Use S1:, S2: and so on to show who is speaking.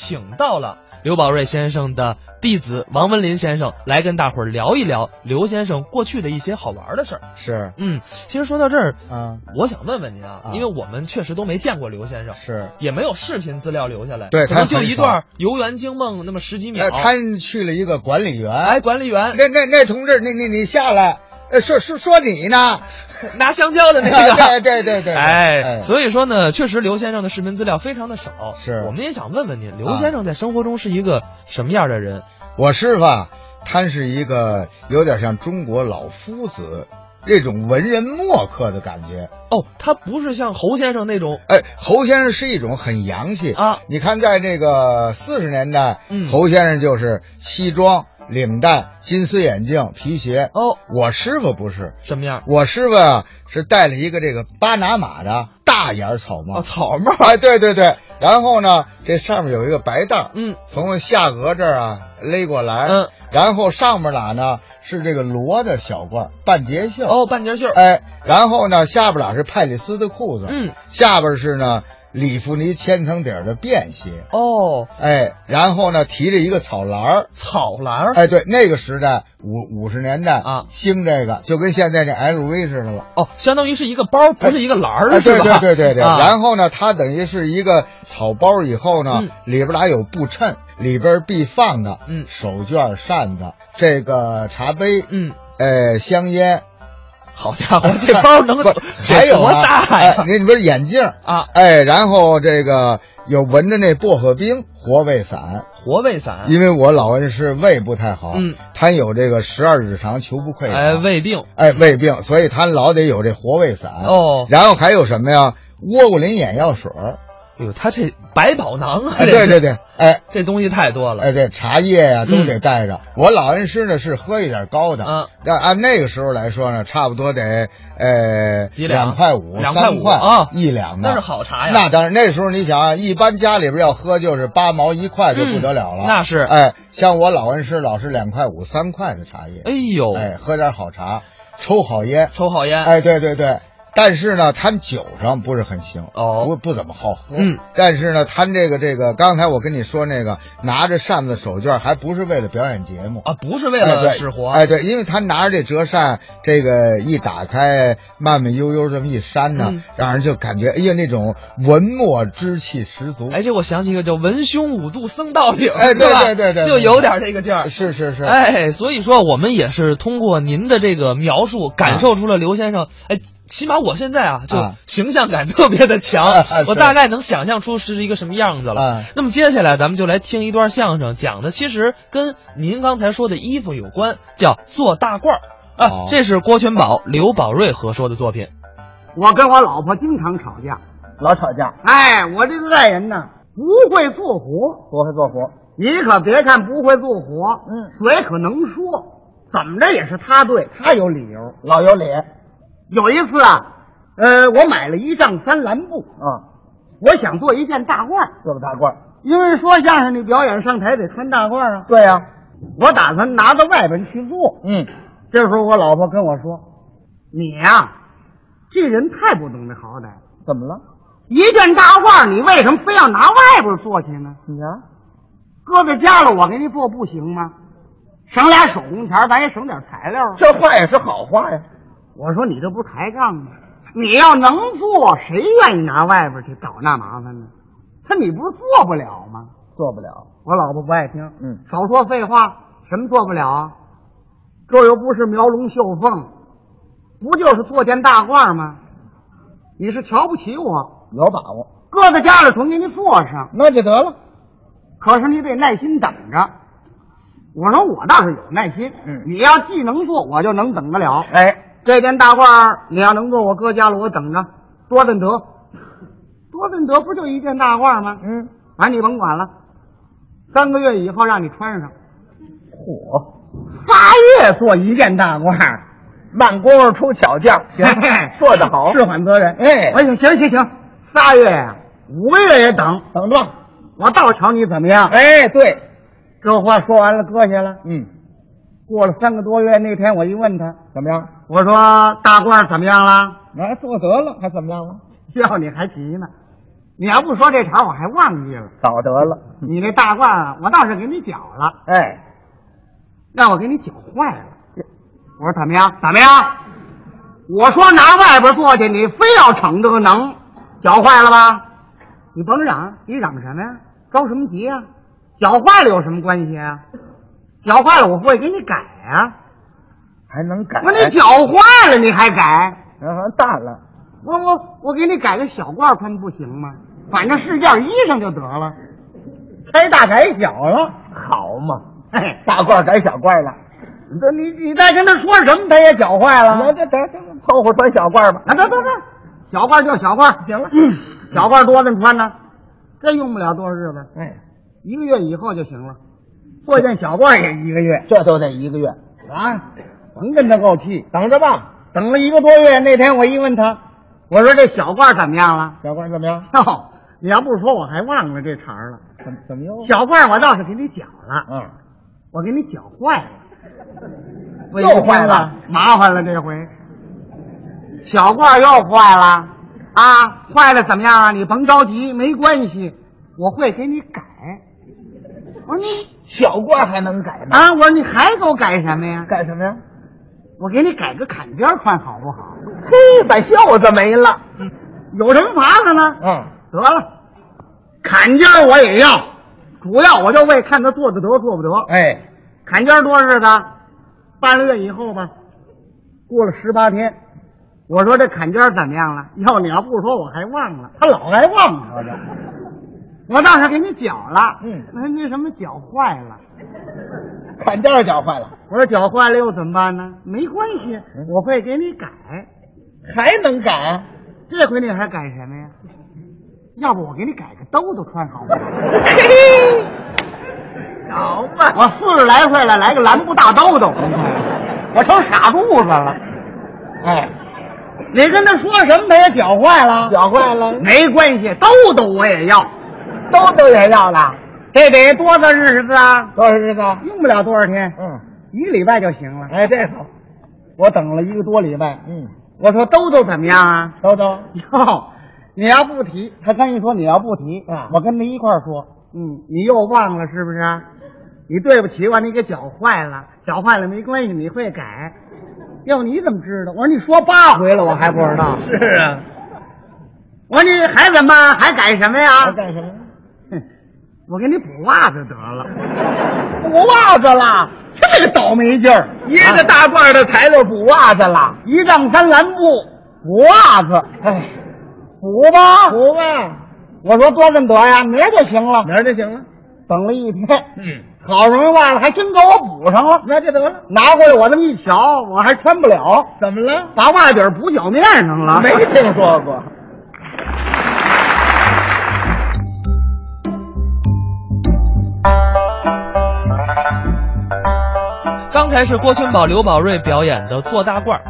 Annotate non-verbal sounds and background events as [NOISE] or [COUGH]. S1: 请到了刘宝瑞先生的弟子王文林先生来跟大伙儿聊一聊刘先生过去的一些好玩的事儿。
S2: 是
S1: 嗯，其实说到这儿，
S2: 啊，
S1: 我想问问您啊
S2: 啊，
S1: 因为我们确实都没见过刘先生，
S2: 是。
S1: 也没有视频资料留下来，
S2: 对
S1: 可能
S2: 他
S1: 就
S2: 很
S1: 一
S2: 少
S1: 段游园惊梦那么十几秒
S2: 呃，。他去了一个管理员，
S1: 哎，管理 [LAUGHS] 员
S2: 那那那同志，你你你下来，呃，说说说
S1: [LAUGHS]
S2: 你呢？
S1: 拿香蕉的那个，
S2: [LAUGHS] 对对对
S1: [LAUGHS]
S2: 对，
S1: 哎，所以说呢，确实刘先生的视频资料非常的少。
S2: 是
S1: 我们也想问问您，刘先生在生活中是一个什么样的人？
S2: 我师傅啊他是一个有点像中国老夫子这种文人墨客的感觉。
S1: 哦，他不是像侯先生那种
S2: 哎，侯先生是一种很洋气
S1: 啊
S2: 你看，在这个四十年代，
S1: 嗯
S2: 侯先生就是西装、领带、金丝眼镜、皮鞋。
S1: 哦
S2: 我师傅不是，
S1: 什么样？
S2: 我师傅啊是戴了一个这个巴拿马的大檐草帽。
S1: 哦，草帽。
S2: [LAUGHS] 哎，对对对，然后呢，这上面有一个白带儿，
S1: 嗯
S2: 从下颚这儿啊勒过来，
S1: 嗯，
S2: 然后上面俩呢是这个罗的小褂儿，半截袖，
S1: 哦，半截袖儿。
S2: 哎，然后呢下边俩啊是派里斯的裤子，
S1: 嗯
S2: 下边是呢里弗尼千层底儿的便鞋，
S1: 哦，
S2: 哎，然后呢提着一个草篮儿，
S1: 草篮儿。
S2: 哎，对，那个时代五五十年代
S1: 啊
S2: 兴这个就跟现在这 LV 似的了。
S1: 哦，相当于是一个包，不是一个篮儿，
S2: 哎，
S1: 是
S2: 对
S1: 吧？
S2: 对对对对，
S1: 啊
S2: 然后呢，它等于是一个草包，以后呢，
S1: 嗯
S2: 里边俩有布衬，里边必放的，
S1: 嗯
S2: 手绢、扇子、这个茶杯，
S1: 嗯，
S2: 呃，香烟，
S1: 好家伙，这包能
S2: 哎不还有
S1: 多
S2: 啊
S1: 大呀
S2: 哎？那里边眼镜，
S1: 啊，
S2: 哎，然后这个有闻的那薄荷冰、活胃散，
S1: 活胃散。
S2: 因为我老人是胃不太好，
S1: 啊嗯，
S2: 他有这个十二指肠球不溃疡，
S1: 哎，胃病。
S2: 哎胃病，所以他老得有这活胃散，
S1: 哦，
S2: 然后还有什么呀？倭瓜林眼药水儿。
S1: 哎呦，他这百宝囊啊，
S2: 哎，
S1: 这
S2: 对对对，哎
S1: 这东西太多了。
S2: 哎，对，茶叶呀、都得带着。我老恩师呢是喝一点高的，
S1: 嗯
S2: 那按那个时候来说呢，差不多得呃
S1: 几两
S2: 两块五、
S1: 两
S2: 三
S1: 块五
S2: 块
S1: 啊
S2: 一两的，
S1: 那是好茶呀。
S2: 那当然，那时候你想啊，一般家里边要喝就是八毛一块就不得了了。
S1: 嗯那是
S2: 哎，像我老恩师老是两块五、三块的茶叶，
S1: 哎呦，
S2: 哎，喝点好茶，抽好烟，
S1: 抽好烟。
S2: 哎，对对对。但是呢，他酒上不是很行，
S1: 哦
S2: 不不怎么好喝。
S1: 嗯，
S2: 但是呢，他这个这个，刚才我跟你说那个拿着扇子手绢，还不是为了表演节目，
S1: 啊，不是为
S2: 哎
S1: 了
S2: 对
S1: 使活，
S2: 哎，对，因为他拿着这折扇，这个一打开，慢慢悠悠这么一扇呢，
S1: 嗯
S2: 让人就感觉哎呀那种文墨之气十足。
S1: 哎，这我想起一个叫“文胸五度僧道领”，
S2: 哎对
S1: 是吧
S2: 对对对对
S1: 就有点这个劲儿。
S2: 是是是，
S1: 哎，所以说我们也是通过您的这个描述，感受出了刘先生，哎，起码我现在啊，就
S2: 啊
S1: 形象感特别的强，
S2: 哎哎
S1: [LAUGHS] 我
S2: 是
S1: 大概能想象出是一个什么样子了。
S2: 哎
S1: 那么接下来咱们就来听一段相声，讲的其实跟您刚才说的衣服有关，叫做大褂儿啊
S2: 好，
S1: 这是郭全宝、刘宝瑞合说的作品。
S3: 我跟我老婆经常吵架，
S4: 老吵架，
S3: 哎，我这个爱人呢不会做活，
S4: 不会做活。
S3: 你可别看不会做活，
S4: 嗯
S3: 嘴可能说，怎么着也是他对，他有理由。
S4: 老有理
S3: 有一次啊，呃，我买了一丈三蓝布，
S4: 啊，
S3: 我想做一件大褂儿，
S4: 做个大褂。
S3: 因为说相声的表演上台得穿大褂儿啊，
S4: 对呀、
S3: 我打算拿到外边去做。
S4: 嗯，
S3: 这时候我老婆跟我说：“你呀、这人太不懂得好歹了。”
S4: 怎么了？
S3: 一件大褂，你为什么非要拿外边做去呢？
S4: 你呀、
S3: 搁在家了，我给你做不行吗？省俩手工钱儿，咱也省点材料啊。
S4: 这话也是好话呀。
S3: 我说你这不抬杠吗？你要能做，谁愿意拿外边去找那麻烦呢？他你不是做不了吗？
S4: 做不了，
S3: 我老婆不爱听，
S4: 嗯，
S3: 少说废话，什么做不了啊？这又不是描龙绣凤，不就是做件大褂吗？你是瞧不起我，
S4: 有把握，
S3: 搁在家里总给你做上。
S4: 那就得了。
S3: 可是你得耐心等着。我说我倒是有耐心，
S4: 嗯
S3: 你要既能做，我就能等得了。
S4: 哎，
S3: 这件大褂儿你要能做，我搁家了，我等着，多顿得，多顿得不就一件大褂吗？
S4: 嗯，
S3: 啊，你甭管了，三个月以后让你穿上，
S4: 火，
S3: 仨月做一件大褂，
S4: 慢工夫出巧匠，行
S3: 嘿嘿，
S4: 做得好，
S3: 是缓责任。
S4: 哎
S3: 我说行行行，仨月呀，五个月也等，
S4: 等着。
S3: 我倒瞧你怎么样。
S4: 哎，对，
S3: 这话说完了，搁下了。
S4: 嗯，
S3: 过了三个多月，那天我一问他，
S4: 怎么样？
S3: 我说大褂儿怎么样了？ [LAUGHS]
S4: 哎，做得了，还怎么样了？
S3: 要你还急呢？你要不说这茬，我还忘记了。
S4: 早得了。嗯
S3: 你那大褂啊，我倒是给你绞了，
S4: 哎，
S3: 让我给你绞坏了。我说怎么样？怎么样？我说拿外边坐去，你非要逞这个能，绞坏了吧？你甭嚷，你嚷什么呀？着什么急呀、绞坏了有什么关系啊？绞坏了我会给你改啊。
S4: 还能改？
S3: 我说你绞坏了你还改？
S4: 然后淡了。
S3: 我我我给你改个小褂宽不行吗？反正是件衣裳就得了，拆大改小了。
S4: 好嘛，
S3: 哎，
S4: 大褂改小褂了。
S3: 这你你再跟他说什么，他也搅坏
S4: 那
S3: 了。
S4: 这这这凑合穿小褂吧。
S3: 啊，得得得，小褂就小褂，
S4: 行了
S3: 嗯小褂多咱穿呢，这用不了多少日子，
S4: 哎，
S3: 一个月以后就行了。做一件小褂也一个月
S4: 这都得一个月。
S3: 啊，甭跟他怄气。
S4: 等着吧，
S3: 等了一个多月，那天我一问他，我说这小褂怎么样了？
S4: 小褂怎么样？
S3: 哟、你要不说我还忘了这茬儿了。
S4: 怎么怎么又？
S3: 小褂我倒是给你绞了，
S4: 嗯，
S3: 我给你绞坏了，
S4: [LAUGHS] 又坏了，
S3: 麻烦了这回。小褂又坏了，啊，坏了怎么样啊？你甭着急，没关系，我会给你改。我说你
S4: 小褂还能改呢？
S3: 啊，我说你还给我改什么呀？
S4: 改什么呀？
S3: 我给你改个坎肩穿好不好？
S4: 嘿，把袖子没了。
S3: 有什么麻烦呢？
S4: 嗯，
S3: 得了，坎肩我也要，主要我就为看他做得得做不得。
S4: 哎，
S3: 坎肩多少日子？半个月以后吧。过了十八天，我说这坎肩怎么样了？要你要不说我还忘了，他老爱忘我这。我倒是给你绞了，
S4: 嗯
S3: 我说你什么绞坏了？
S4: 坎肩儿绞坏了，
S3: 我说绞坏了又怎么办呢？没关系，我会给你改。
S4: 还能改？
S3: 这回你还改什么呀？要不我给你改个兜兜穿好吗？
S4: 嘿， [LAUGHS] 好嘛，
S3: 我四十来岁了，来个蓝布大兜兜，我成傻柱子了。
S4: 哎，
S3: 你跟他说什么，他也搅坏了。
S4: 绞坏了，
S3: 没关系，兜兜我也要，
S4: 兜兜也要了，
S3: 这得多大日子啊？
S4: 多少日子？
S3: 用不了多少天，
S4: 嗯，
S3: 一个礼拜就行了。
S4: 哎，这好，
S3: 我等了一个多礼拜，
S4: 嗯，
S3: 我说兜兜怎么样啊？
S4: 兜兜，
S3: 哟，你要不提，他跟你说你要不提
S4: 啊
S3: 我跟他一块儿说，嗯，你又忘了是不是？你对不起我，你给搅坏了，搅坏了没关系，你会改。哟，你怎么知道？我说你说八回了，我还不知道。
S4: [LAUGHS] 是啊，
S3: 我说你还怎么还改什么呀
S4: 还？干什么？
S3: 哼我给你补袜子得 [LAUGHS] 了。
S4: 补袜子了，
S3: 这个倒霉劲儿，啊
S4: 一个大褂的材料补袜子了，
S3: 一丈三蓝布，补袜子，
S4: 哎，
S3: 补吧。
S4: 补吧，
S3: 我说多这么得呀，明儿就行了。
S4: 明儿就行了。
S3: 等了一天，
S4: 嗯，
S3: 好容易忘了，还真给我补上了。
S4: 那就得了。
S3: 拿回来我这么一瞧，我还穿不了，
S4: 怎么了？
S3: 把袜底儿补脚面上了。
S4: 没听说过。
S1: 刚才是郭全宝、刘宝瑞表演的做大褂儿，